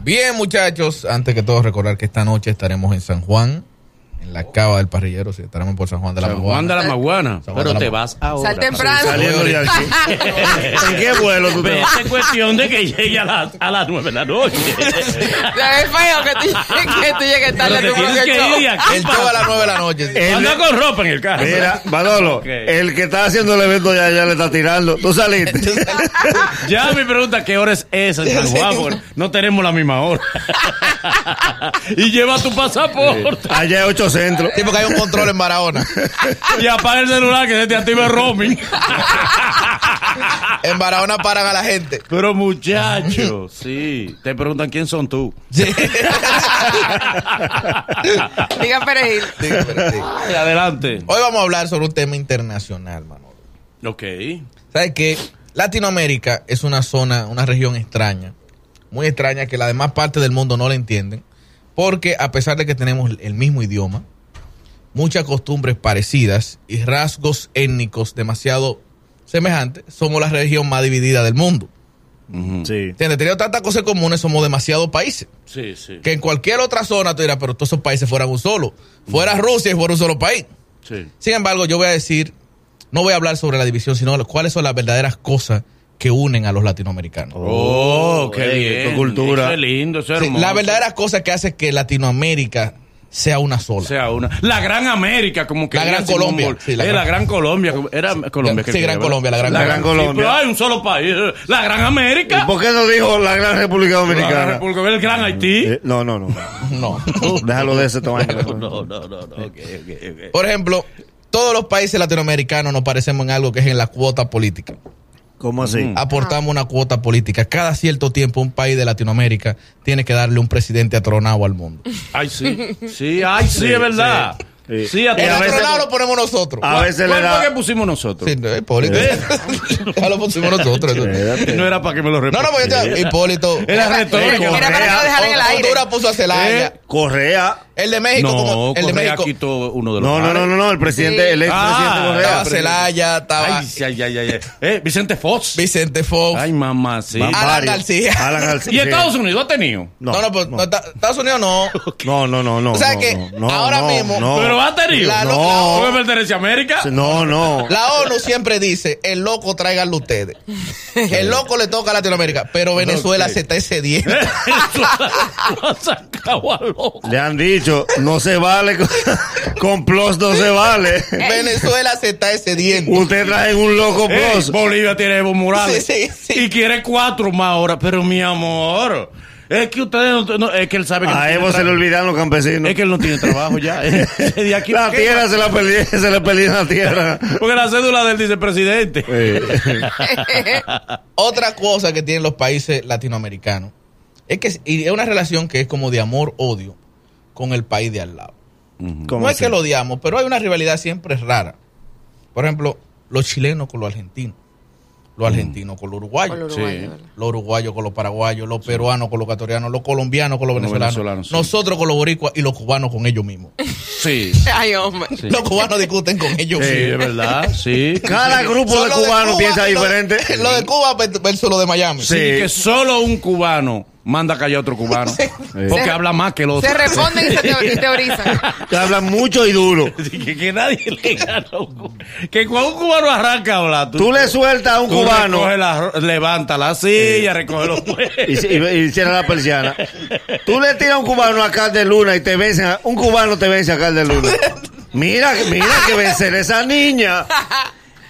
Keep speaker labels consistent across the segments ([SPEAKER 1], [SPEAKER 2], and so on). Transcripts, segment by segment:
[SPEAKER 1] Bien, muchachos, antes que todo, recordar que esta noche estaremos en San Juan, en la cava del parrillero, si estaremos por San Juan de la
[SPEAKER 2] San Juan
[SPEAKER 1] Maguana.
[SPEAKER 2] de la Maguana.
[SPEAKER 1] San Juan de
[SPEAKER 3] Pero
[SPEAKER 1] la
[SPEAKER 3] te
[SPEAKER 1] Maguana.
[SPEAKER 3] vas ahora.
[SPEAKER 4] Sal temprano.
[SPEAKER 2] Saliendo de aquí. ¿En qué vuelo tú te
[SPEAKER 3] Pero
[SPEAKER 2] vas?
[SPEAKER 3] es cuestión de que llegue a las, a las 9 de la noche.
[SPEAKER 4] Ya es feo que tú, que tú llegues tarde
[SPEAKER 3] Pero te
[SPEAKER 4] a tu
[SPEAKER 3] tienes
[SPEAKER 4] propio
[SPEAKER 3] que
[SPEAKER 4] show.
[SPEAKER 3] ir de aquí.
[SPEAKER 1] El
[SPEAKER 3] para-
[SPEAKER 1] show a las 9 de la noche.
[SPEAKER 2] El-
[SPEAKER 3] Anda con ropa en el carro.
[SPEAKER 2] Mira, Manolo, el que está haciendo el evento ya, ya le está tirando. Tú saliste.
[SPEAKER 3] Ya me pregunta qué hora es esa en San Juan, porque no tenemos la misma hora. y lleva tu pasaporte
[SPEAKER 2] Allá hay ocho centros.
[SPEAKER 1] Sí, porque hay un control en Barahona.
[SPEAKER 3] y apaga el celular que se te activa el roaming.
[SPEAKER 1] En Barahona paran a la gente.
[SPEAKER 3] Pero muchacho, sí, te preguntan quién son tú.
[SPEAKER 4] Diga Perejil.
[SPEAKER 1] Sí, pero sí.
[SPEAKER 3] Ay, adelante.
[SPEAKER 1] Hoy vamos a hablar sobre un tema internacional, Manolo.
[SPEAKER 3] Ok.
[SPEAKER 1] ¿Sabes qué? Latinoamérica es una zona, una región extraña, muy extraña que la demás parte del mundo no la entienden, porque a pesar de que tenemos el mismo idioma, muchas costumbres parecidas y rasgos étnicos demasiado semejantes, somos la región más dividida del mundo.
[SPEAKER 3] Mm.
[SPEAKER 2] Sí.
[SPEAKER 1] ¿Entiendes? Tenemos tantas cosas comunes, somos demasiados países.
[SPEAKER 3] Sí, sí.
[SPEAKER 1] Que en cualquier otra zona tú dirás, pero todos esos países fueran un solo. Fuera Rusia y fuera un solo país.
[SPEAKER 3] Sí.
[SPEAKER 1] Sin embargo, yo voy a decir, no voy a hablar sobre la división, sino lo- cuáles son las verdaderas cosas que unen a los latinoamericanos.
[SPEAKER 3] Oh, qué
[SPEAKER 2] Ey,
[SPEAKER 3] bien.
[SPEAKER 2] tu cultura.
[SPEAKER 3] Eso es lindo, eso es
[SPEAKER 1] Sí,
[SPEAKER 3] hermoso.
[SPEAKER 1] la verdadera cosa que hace que Latinoamérica sea una
[SPEAKER 3] O
[SPEAKER 1] sola.
[SPEAKER 3] sea, una. La Gran América, como que.
[SPEAKER 1] La Gran
[SPEAKER 3] Simón
[SPEAKER 1] Colombia,
[SPEAKER 3] Bolívar.
[SPEAKER 1] sí, la
[SPEAKER 3] Eh,
[SPEAKER 1] Gran-
[SPEAKER 3] la Gran Colombia. como- Era Colombia.
[SPEAKER 1] Sí,
[SPEAKER 3] que
[SPEAKER 1] Gran
[SPEAKER 3] quería,
[SPEAKER 1] Colombia, la Gran
[SPEAKER 3] ¿verdad?
[SPEAKER 2] Colombia.
[SPEAKER 3] Sí, pero hay un solo país. eh, La Gran América.
[SPEAKER 2] ¿Por qué no dijo la Gran
[SPEAKER 3] La
[SPEAKER 2] República
[SPEAKER 3] Gran
[SPEAKER 2] Dominicana?
[SPEAKER 3] República, el Gran Haití.
[SPEAKER 2] Eh, no, no, no.
[SPEAKER 1] No.
[SPEAKER 2] Déjalo de ese tamaño.
[SPEAKER 3] No, no, no, no. ok, ok, ok.
[SPEAKER 1] Por ejemplo, todos los países latinoamericanos nos parecemos en algo que es en la cuota política.
[SPEAKER 2] ¿Cómo así?
[SPEAKER 3] Mm.
[SPEAKER 1] Aportamos una cuota política. Cada cierto tiempo un país de Latinoamérica tiene que darle un presidente atronado al mundo.
[SPEAKER 3] Ay, sí. Sí, ay, sí, es verdad.
[SPEAKER 2] sí.
[SPEAKER 3] Sí, a
[SPEAKER 2] Y
[SPEAKER 1] El
[SPEAKER 2] a
[SPEAKER 3] todas
[SPEAKER 2] veces-
[SPEAKER 1] atronado lo ponemos nosotros.
[SPEAKER 2] A veces le
[SPEAKER 3] ¿Cuál fue que
[SPEAKER 2] da.
[SPEAKER 3] pusimos nosotros?
[SPEAKER 1] Sí, no, Hipólito. Ya lo pusimos nosotros.
[SPEAKER 2] Espérate.
[SPEAKER 3] No era para que me lo
[SPEAKER 1] No, no, porque
[SPEAKER 3] repitieran.
[SPEAKER 1] ya- Hipólito.
[SPEAKER 3] Era retórico.
[SPEAKER 4] Era para no dejar en el aire.
[SPEAKER 1] Honduras puso a Celaya.
[SPEAKER 3] ¿Eh?
[SPEAKER 2] Correa.
[SPEAKER 1] El de México, como,
[SPEAKER 3] No,
[SPEAKER 1] el de
[SPEAKER 3] Correa
[SPEAKER 1] México.
[SPEAKER 3] quitó uno de los
[SPEAKER 2] No, no,
[SPEAKER 3] mares.
[SPEAKER 2] no, no, no. El presidente,
[SPEAKER 4] Sí.
[SPEAKER 2] el ex
[SPEAKER 3] Ah,
[SPEAKER 2] presidente
[SPEAKER 1] Estaba
[SPEAKER 2] Correa.
[SPEAKER 1] Celaya, estaba
[SPEAKER 3] Ay, sí, ay, ay, ay, ay. Eh, Vicente Fox.
[SPEAKER 1] Vicente Fox.
[SPEAKER 3] Ay, mamá, sí.
[SPEAKER 2] Van
[SPEAKER 1] Ah, Alan
[SPEAKER 2] varios.
[SPEAKER 1] García.
[SPEAKER 2] Alan García.
[SPEAKER 3] y Estados Unidos ha tenido.
[SPEAKER 2] No,
[SPEAKER 1] no, no, pues, no,
[SPEAKER 2] no,
[SPEAKER 1] ta- Estados Unidos no.
[SPEAKER 2] no, no, no, no.
[SPEAKER 1] O sea
[SPEAKER 2] no,
[SPEAKER 1] que
[SPEAKER 2] no,
[SPEAKER 1] ahora
[SPEAKER 2] no,
[SPEAKER 1] mismo-
[SPEAKER 2] No,
[SPEAKER 3] Pero ha tenido.
[SPEAKER 1] La-
[SPEAKER 2] No.
[SPEAKER 3] ¿Porque pertenece a América?
[SPEAKER 2] no, no.
[SPEAKER 1] La ONU siempre dice, el loco tráiganlo ustedes. El loco le toca a Latinoamérica, pero Venezuela se está excediendo.
[SPEAKER 3] Eso lo ha sacado a loco.
[SPEAKER 2] Le han dicho, no se vale, con- con plus no se vale.
[SPEAKER 1] Eh. Venezuela se está excediendo.
[SPEAKER 2] Usted trae un loco
[SPEAKER 3] Ey,
[SPEAKER 2] plus.
[SPEAKER 3] Bolivia tiene Evo Morales.
[SPEAKER 1] Sí, sí, sí.
[SPEAKER 3] Y quiere cuatro más ahora. Pero mi amor, es que ustedes no, no- es que él sabe que no
[SPEAKER 2] A
[SPEAKER 3] tiene
[SPEAKER 2] Evo se le
[SPEAKER 3] trabajo.
[SPEAKER 2] olvidan los campesinos.
[SPEAKER 3] Es que él no tiene trabajo ya. De aquí
[SPEAKER 2] la
[SPEAKER 3] ¿qué?
[SPEAKER 2] tierra se la perdió, se le perdió la tierra.
[SPEAKER 3] Porque la cédula de él dice presidente.
[SPEAKER 1] Otra cosa que tienen los países latinoamericanos es que y es una relación que es como de amor-odio con el país de al lado.
[SPEAKER 2] ¿Cómo
[SPEAKER 1] No es
[SPEAKER 2] así?
[SPEAKER 1] que lo odiamos, pero hay una rivalidad siempre rara. Por ejemplo, los chilenos con los argentinos,
[SPEAKER 3] Mm.
[SPEAKER 1] los argentinos con los uruguayos,
[SPEAKER 4] Con los uruguayos, ¿verdad?
[SPEAKER 1] los uruguayos con los paraguayos, los peruanos con los ecuatorianos, los colombianos con los
[SPEAKER 3] Con los
[SPEAKER 1] venezolanos,
[SPEAKER 3] venezolanos, sí.
[SPEAKER 1] nosotros con los boricuas y los cubanos con ellos mismos.
[SPEAKER 3] Sí.
[SPEAKER 4] Ay, hombre.
[SPEAKER 1] Los cubanos discuten con ellos
[SPEAKER 3] Sí, es
[SPEAKER 1] mismos.
[SPEAKER 3] verdad, sí.
[SPEAKER 2] Cada grupo de
[SPEAKER 1] Son los
[SPEAKER 2] cubanos
[SPEAKER 1] Cuba
[SPEAKER 2] piensa
[SPEAKER 1] y los-
[SPEAKER 2] diferente.
[SPEAKER 1] Lo de Cuba versus lo de Miami.
[SPEAKER 3] Sí, que solo un cubano manda callar a otro cubano. Porque
[SPEAKER 4] Se-
[SPEAKER 3] habla más que el otro.
[SPEAKER 4] Se responden y se teo- y teorizan.
[SPEAKER 2] Que hablan mucho y duro.
[SPEAKER 3] que, que nadie le gana. a un cu- Que cuando un cubano arranca a hablar, tú,
[SPEAKER 2] Tú le sueltas a un
[SPEAKER 3] tú
[SPEAKER 2] cubano
[SPEAKER 3] recoge la- levanta la silla, recoge los
[SPEAKER 2] y,
[SPEAKER 3] muebles.
[SPEAKER 2] si- y- y cierra la persiana. Tú le tiras a un cubano a Carl de Luna y te vencen. a- un cubano te vence a Carl de Luna. Mira, mira que vencer esa niña.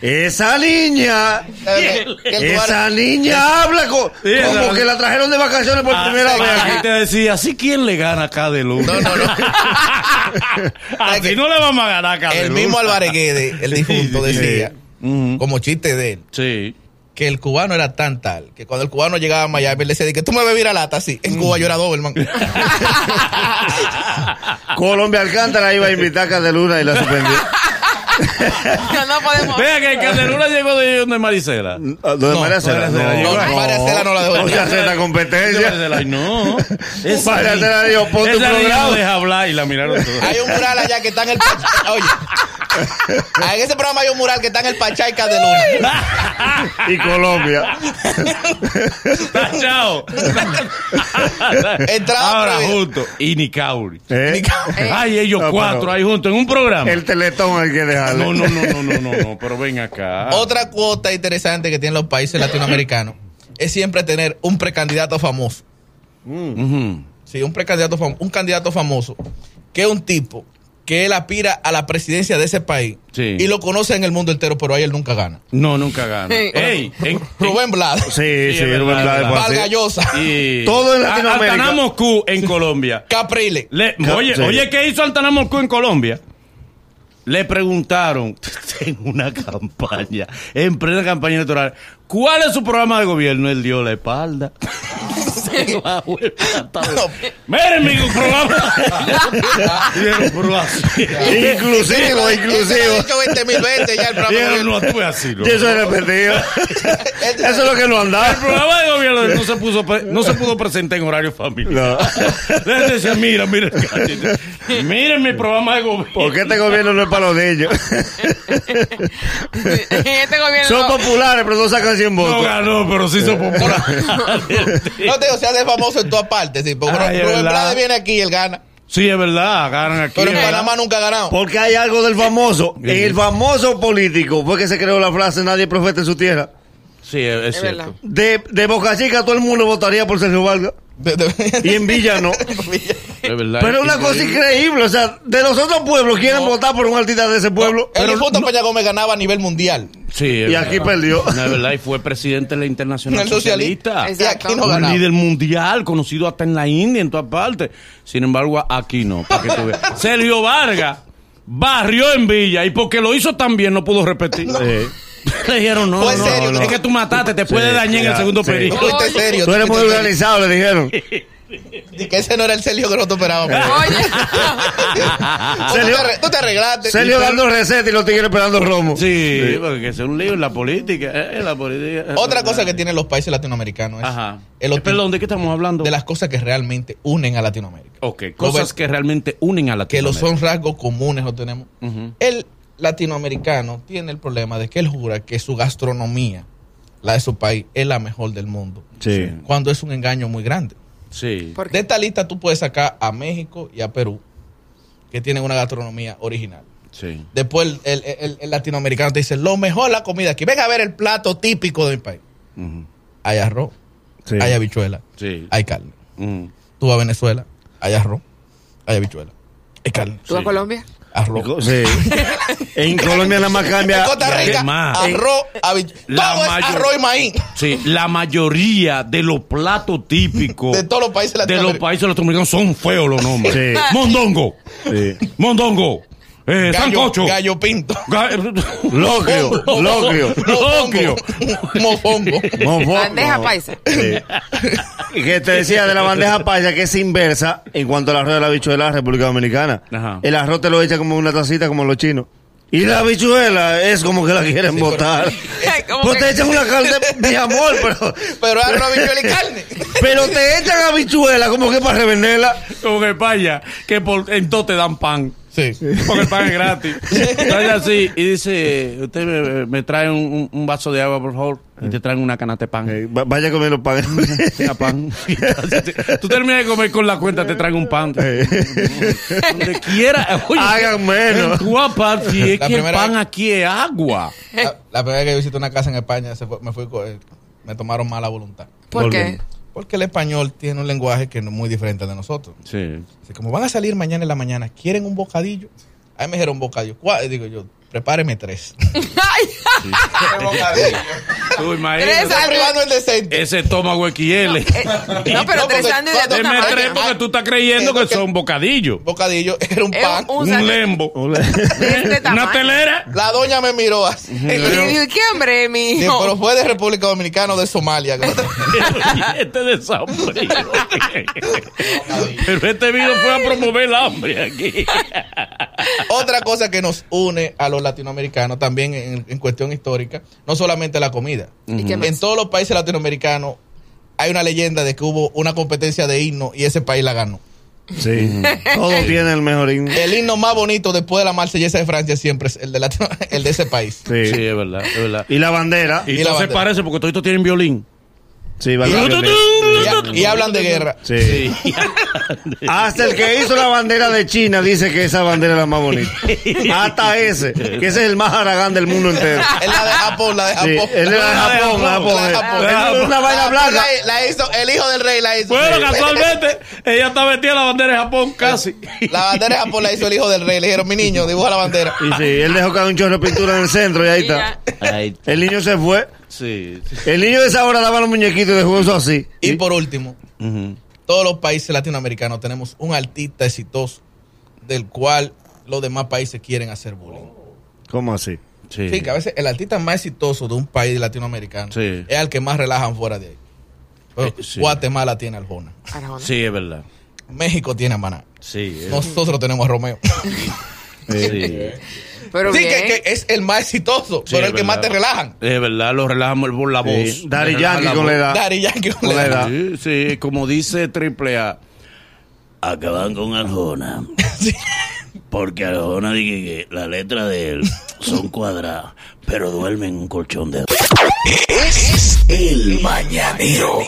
[SPEAKER 2] Esa niña.
[SPEAKER 1] Que el cubano-
[SPEAKER 2] Esa niña habla co-
[SPEAKER 3] Sí, esa-
[SPEAKER 2] como que la trajeron de vacaciones por primera
[SPEAKER 3] Ah,
[SPEAKER 2] vez.
[SPEAKER 3] aquí te decía, ¿así quién le gana a Cadeluna?
[SPEAKER 1] No, no, no.
[SPEAKER 3] Así no le vamos a ganar a Cadeluna.
[SPEAKER 1] El mismo Álvarez Guedes, el difunto,
[SPEAKER 3] Sí, sí, sí.
[SPEAKER 1] decía,
[SPEAKER 3] Ujú.
[SPEAKER 1] como chiste de él,
[SPEAKER 3] Sí.
[SPEAKER 1] que el cubano era tan tal que cuando el cubano llegaba a Miami él decía de que tú me bebí la lata así. En Cuba yo era Doberman.
[SPEAKER 2] Colombia Alcántara iba a invitar a Candeluna y la suspendió.
[SPEAKER 4] no podemos.
[SPEAKER 3] Vea que el Candelula llegó de donde Maricela.
[SPEAKER 2] ¿Dónde
[SPEAKER 1] No,
[SPEAKER 2] María Cela?
[SPEAKER 3] María Cela
[SPEAKER 2] No,
[SPEAKER 3] llegó.
[SPEAKER 2] no,
[SPEAKER 1] No, María Cela no la dejó
[SPEAKER 2] No se
[SPEAKER 1] entrar.
[SPEAKER 2] hace la competencia.
[SPEAKER 3] Maricela, ay, no. Esa
[SPEAKER 2] María
[SPEAKER 3] ni-
[SPEAKER 2] Cela dijo, pon tu
[SPEAKER 3] esa ni
[SPEAKER 2] programa.
[SPEAKER 3] lo deja hablar y la miraron todos.
[SPEAKER 1] Hay un mural allá que está en el Pachá. Oye. Ah, En ese programa hay un mural que está en el Pachá y Candeluna.
[SPEAKER 2] Y Colombia.
[SPEAKER 3] Chao.
[SPEAKER 1] Entrada
[SPEAKER 3] Ahora
[SPEAKER 1] prohibida.
[SPEAKER 3] juntos. Y Nicauri.
[SPEAKER 2] ¿Eh?
[SPEAKER 3] Ay, ellos
[SPEAKER 2] No,
[SPEAKER 3] cuatro
[SPEAKER 2] pero-
[SPEAKER 3] ahí juntos en un programa.
[SPEAKER 2] El teletón hay que dejarlo.
[SPEAKER 3] No, no, no, no, no, no, no, pero ven acá.
[SPEAKER 1] Otra cuota interesante que tienen los países latinoamericanos es siempre tener un precandidato famoso.
[SPEAKER 3] Ujú.
[SPEAKER 1] Sí, un precandidato famoso, un candidato famoso, que es un tipo que él aspira a la presidencia de ese país
[SPEAKER 3] Sí.
[SPEAKER 1] y lo conoce en el mundo entero, pero ahí él nunca gana.
[SPEAKER 3] No, nunca gana.
[SPEAKER 4] Sí.
[SPEAKER 3] Ey, en-
[SPEAKER 1] Rubén Blades,
[SPEAKER 2] Sí, sí,
[SPEAKER 3] es verdad,
[SPEAKER 2] Rubén
[SPEAKER 3] es
[SPEAKER 2] Blades
[SPEAKER 3] verdad.
[SPEAKER 2] fue así.
[SPEAKER 1] Vargallosa,
[SPEAKER 3] y-
[SPEAKER 2] Todo en
[SPEAKER 3] A-
[SPEAKER 2] Latinoamérica.
[SPEAKER 3] Altana Moscú en Colombia.
[SPEAKER 1] Capriles.
[SPEAKER 3] Le-
[SPEAKER 2] Ca-
[SPEAKER 3] oye,
[SPEAKER 2] sí.
[SPEAKER 3] oye, ¿qué hizo Altana Moscú en Colombia? Le preguntaron en una campaña, en plena campaña electoral, ¿cuál es su programa de gobierno? Él dio la espalda. Ah, Miren mi programa. Dijeron, pero así.
[SPEAKER 2] Inclusivo, inclusivo.
[SPEAKER 1] Dicho 20 mil veces ya el programa.
[SPEAKER 3] Dijeron, no, tú es así. no.
[SPEAKER 2] Y eso es repetido. Eso es lo que no
[SPEAKER 3] El
[SPEAKER 2] andaba.
[SPEAKER 3] programa de gobierno de él no se, puso pre- no se pudo presentar en horario familiar.
[SPEAKER 2] No.
[SPEAKER 3] Él decía, mira, mira, el cachete. miren mi programa de gobierno.
[SPEAKER 2] Porque este gobierno no es para los de ellos.
[SPEAKER 4] En este gobierno.
[SPEAKER 2] Son
[SPEAKER 4] no-
[SPEAKER 2] populares, pero no sacan 100
[SPEAKER 3] No
[SPEAKER 2] votos.
[SPEAKER 3] ganó, pero sí hizo popular.
[SPEAKER 1] No te digo, se hace famoso en todas partes. sí, porque
[SPEAKER 3] Ay, es
[SPEAKER 1] Rubén
[SPEAKER 3] verdad.
[SPEAKER 1] Blades viene aquí y él gana.
[SPEAKER 3] Sí, es verdad, ganan aquí.
[SPEAKER 1] Pero en
[SPEAKER 3] es verdad.
[SPEAKER 1] Panamá nunca ha ganado.
[SPEAKER 2] Porque hay algo del famoso.
[SPEAKER 3] Sí.
[SPEAKER 2] El famoso político fue que se creó la frase nadie es profeta en su tierra.
[SPEAKER 3] Sí, es, es
[SPEAKER 4] Es
[SPEAKER 3] cierto.
[SPEAKER 4] verdad.
[SPEAKER 2] De, de Boca Chica todo el mundo votaría por Sergio Vargas.
[SPEAKER 1] De- de-
[SPEAKER 2] Y en Villa no.
[SPEAKER 3] Es verdad.
[SPEAKER 2] Pero es una cosa increíble. O sea, de los otros pueblos quieren votar por un artista de ese pueblo.
[SPEAKER 1] el difunto Peña Gómez ganaba a nivel mundial.
[SPEAKER 3] Sí, es
[SPEAKER 2] Y aquí
[SPEAKER 3] verdad.
[SPEAKER 2] perdió.
[SPEAKER 3] No, es verdad, y fue presidente de la Internacional
[SPEAKER 1] El socialista.
[SPEAKER 3] Socialista.
[SPEAKER 4] Es-
[SPEAKER 1] Y aquí no
[SPEAKER 4] Exacto.
[SPEAKER 3] Un
[SPEAKER 1] ganaba.
[SPEAKER 3] líder mundial, conocido hasta en la India, en todas partes. Sin embargo, aquí no. para que tú veas. Sergio Vargas barrió en Villa y porque lo hizo tan bien no pudo repetir.
[SPEAKER 2] Eh,
[SPEAKER 3] Le dijeron, no,
[SPEAKER 1] Fue
[SPEAKER 3] no,
[SPEAKER 1] serio,
[SPEAKER 3] no,
[SPEAKER 1] no.
[SPEAKER 3] es que tú mataste, te puede dañar en el
[SPEAKER 2] ya,
[SPEAKER 3] segundo
[SPEAKER 2] sí.
[SPEAKER 3] periodo.
[SPEAKER 1] Fuiste serio.
[SPEAKER 2] Tú eres muy
[SPEAKER 1] fuiste
[SPEAKER 2] organizado, le dijeron.
[SPEAKER 1] serio. Y que ese no era el Celio que nosotros esperábamos. Tú te
[SPEAKER 2] Celio-
[SPEAKER 1] arre- Tú te arreglaste.
[SPEAKER 2] Sergio dando receta y los tigres esperando romo.
[SPEAKER 3] Sí, porque es un lío en la política. eh, la política
[SPEAKER 1] Otra cosa que tienen los países latinoamericanos es
[SPEAKER 3] Ajá.
[SPEAKER 1] el
[SPEAKER 3] Eh,
[SPEAKER 1] optim-
[SPEAKER 3] Perdón, ¿de qué estamos hablando?
[SPEAKER 1] de las cosas que realmente unen a Latinoamérica.
[SPEAKER 3] Ok, cosas
[SPEAKER 1] Robert-
[SPEAKER 3] que realmente unen a la
[SPEAKER 1] Que lo son rasgos comunes, lo tenemos. El latinoamericano tiene el problema de que él jura que su gastronomía, la de su país, es la mejor del mundo.
[SPEAKER 2] Sí.
[SPEAKER 1] Cuando es un engaño muy grande.
[SPEAKER 3] Sí.
[SPEAKER 4] Porque-
[SPEAKER 1] De esta lista tú puedes sacar a México y a Perú, que tienen una gastronomía original.
[SPEAKER 3] Sí.
[SPEAKER 1] Después el, el- el- el latinoamericano te dice, lo mejor la comida aquí. Ven a ver el plato típico de mi país.
[SPEAKER 3] Ujú.
[SPEAKER 1] Hay arroz,
[SPEAKER 2] Sí.
[SPEAKER 1] hay habichuela,
[SPEAKER 3] Sí.
[SPEAKER 1] hay carne.
[SPEAKER 3] Ujú.
[SPEAKER 1] Tú vas a Venezuela, hay arroz, hay habichuela, hay carne,
[SPEAKER 4] ¿Tú a Colombia?
[SPEAKER 1] arroz.
[SPEAKER 2] Sí. En Colombia nada más
[SPEAKER 1] En
[SPEAKER 2] cambia.
[SPEAKER 1] Costa
[SPEAKER 3] ¿qué
[SPEAKER 1] Rica,
[SPEAKER 3] más?
[SPEAKER 1] arroz, habichuela.
[SPEAKER 3] La
[SPEAKER 1] Todo es
[SPEAKER 3] mayor-
[SPEAKER 1] arroz y maíz.
[SPEAKER 3] Sí, la mayoría de los platos típicos
[SPEAKER 1] De todos los países
[SPEAKER 3] de los
[SPEAKER 1] latinoamericanos.
[SPEAKER 3] países latinoamericanos son feos los nombres.
[SPEAKER 2] Sí.
[SPEAKER 3] Mondongo,
[SPEAKER 2] Sí.
[SPEAKER 3] mondongo, eh, sancocho,
[SPEAKER 1] gallo, gallo pinto.
[SPEAKER 3] ga-
[SPEAKER 2] Locrio, locrio.
[SPEAKER 3] Locrio.
[SPEAKER 1] Mofongo.
[SPEAKER 2] Mofo-
[SPEAKER 4] Bandeja
[SPEAKER 2] no.
[SPEAKER 4] paisa.
[SPEAKER 2] Sí. Y que te decía de la bandeja paisa que es inversa en cuanto al arroz de la habichuela de la República Dominicana.
[SPEAKER 3] Ajá.
[SPEAKER 2] El arroz te lo echa como una tacita como los chinos. Y la habichuela es como que la quieren botar.
[SPEAKER 4] Como
[SPEAKER 2] Pues
[SPEAKER 4] que-
[SPEAKER 2] te echan una carne de amor, pero,
[SPEAKER 1] Pero arroz, habichuela y carne.
[SPEAKER 2] pero te echan habichuela como que para revenderla.
[SPEAKER 3] Como que vaya, que por entonces te dan pan.
[SPEAKER 1] Sí.
[SPEAKER 3] Porque el pan es gratis. Entonces así y dice, usted me, me trae un, un- un vaso de agua, por favor, y te traen una canasta de pan.
[SPEAKER 2] Eh, va- vaya a comer los panes.
[SPEAKER 3] Una pan. Tú terminas de comer con la cuenta, te traen un pan. Donde quiera. Oye,
[SPEAKER 2] Hagan menos.
[SPEAKER 3] En Cuba, papi, es
[SPEAKER 1] La
[SPEAKER 3] que el
[SPEAKER 1] primera
[SPEAKER 3] pan
[SPEAKER 1] vez-
[SPEAKER 3] aquí es agua.
[SPEAKER 1] La, la primera vez que yo visité una casa en España, se fue- me fui co- eh, me tomaron mala voluntad.
[SPEAKER 4] ¿Por qué?
[SPEAKER 1] Porque el español tiene un lenguaje que no es muy diferente al de nosotros.
[SPEAKER 3] Sí.
[SPEAKER 1] Así, como van a salir mañana en la mañana, ¿quieren un bocadillo? Ahí me dijeron bocadillo. ¿Cuál? Digo yo, Prepáreme tres.
[SPEAKER 4] Ay,
[SPEAKER 3] Tú
[SPEAKER 4] Tres
[SPEAKER 3] imagínate.
[SPEAKER 4] años.
[SPEAKER 1] privando el decente.
[SPEAKER 3] Ese estómago XL.
[SPEAKER 4] eh, no, pero tres sándwiches de tu
[SPEAKER 3] Deme tres
[SPEAKER 4] tamaño.
[SPEAKER 3] porque tú estás creyendo que son bocadillos.
[SPEAKER 1] Bocadillo era un
[SPEAKER 4] Es
[SPEAKER 1] pan.
[SPEAKER 4] un- un
[SPEAKER 3] Un
[SPEAKER 4] sándwich
[SPEAKER 3] lembo.
[SPEAKER 4] de este
[SPEAKER 3] Una
[SPEAKER 4] tamaño.
[SPEAKER 3] telera.
[SPEAKER 1] La doña me miró así.
[SPEAKER 4] Y yo dije, ¿Qué hombre, mi
[SPEAKER 1] Sí, pero
[SPEAKER 4] hijo?
[SPEAKER 1] fue de República Dominicana o de Somalia.
[SPEAKER 3] este desamprío. Pero este video fue a promover el hambre aquí.
[SPEAKER 1] Otra cosa que nos une a los latinoamericanos también en, en cuestión histórica, no solamente la comida.
[SPEAKER 4] ¿Y qué más?
[SPEAKER 1] En todos los países latinoamericanos hay una leyenda de que hubo una competencia de himno y ese país la ganó.
[SPEAKER 2] Sí. Todo tiene el mejor himno.
[SPEAKER 1] El himno más bonito después de la marsellesa de Francia siempre es el de, Latino- el de ese país.
[SPEAKER 2] Sí.
[SPEAKER 3] Sí, es verdad, es verdad.
[SPEAKER 2] Y la bandera.
[SPEAKER 3] Y,
[SPEAKER 1] la
[SPEAKER 3] no se
[SPEAKER 1] bandera.
[SPEAKER 3] parece porque todos tienen violín.
[SPEAKER 2] Sí, bandera.
[SPEAKER 1] Y, ha- y hablan de guerra.
[SPEAKER 2] Sí. Hasta el que hizo la bandera de China dice que esa bandera es la más bonita. Hasta ese, que ese es el más haragán del mundo entero.
[SPEAKER 1] Es la de Japón, la de
[SPEAKER 2] Sí,
[SPEAKER 1] Japón.
[SPEAKER 2] él era de Japón, Japón.
[SPEAKER 1] La de Japón.
[SPEAKER 2] Él era una vaina
[SPEAKER 1] La-
[SPEAKER 2] blanca.
[SPEAKER 1] la- la hizo, el hijo del rey la hizo.
[SPEAKER 3] Bueno, casualmente, ella está metida en la bandera de Japón casi.
[SPEAKER 1] La bandera de Japón la hizo el hijo del rey. Le dijeron, mi niño, dibuja la bandera.
[SPEAKER 2] Y sí, él dejó caer un chorro de pintura en el centro y ahí está.
[SPEAKER 3] Ay,
[SPEAKER 2] El niño se fue.
[SPEAKER 3] sí.
[SPEAKER 2] El niño de esa hora daba los muñequitos de juegos así.
[SPEAKER 1] Y por último,
[SPEAKER 3] Ujú.
[SPEAKER 1] todos los países latinoamericanos tenemos un artista exitoso del cual los demás países quieren hacer bullying.
[SPEAKER 2] ¿Cómo así?
[SPEAKER 3] Sí.
[SPEAKER 1] Sí, que a veces el artista más exitoso de un país latinoamericano
[SPEAKER 3] Sí.
[SPEAKER 1] es al que más relajan fuera de ahí. Bueno,
[SPEAKER 3] Eh, sí.
[SPEAKER 1] Guatemala tiene a Arjona,
[SPEAKER 4] Arjona.
[SPEAKER 3] Sí, es verdad.
[SPEAKER 1] México tiene a Maná,
[SPEAKER 3] Sí, es-
[SPEAKER 1] nosotros tenemos a Romeo.
[SPEAKER 3] sí.
[SPEAKER 4] Pero
[SPEAKER 1] Sí,
[SPEAKER 4] bien.
[SPEAKER 1] que, que es el más exitoso,
[SPEAKER 3] Sí,
[SPEAKER 1] pero
[SPEAKER 3] es
[SPEAKER 1] el que más
[SPEAKER 3] verdad.
[SPEAKER 1] te relajan.
[SPEAKER 3] Es verdad, lo relajamos el- la voz.
[SPEAKER 2] Sí. Daddy
[SPEAKER 3] Le relaja
[SPEAKER 2] Yankee
[SPEAKER 3] la
[SPEAKER 2] con
[SPEAKER 3] voz.
[SPEAKER 2] la edad.
[SPEAKER 1] Daddy Yankee
[SPEAKER 2] Con la edad.
[SPEAKER 3] Sí, sí, como dice Triple A. Acaban con Arjona. Porque Arjona dije que la letra de él son cuadradas, pero duermen en un colchón de
[SPEAKER 5] Es el mañanero.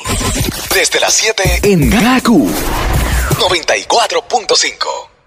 [SPEAKER 5] Desde las 7 en Gaku 94.5.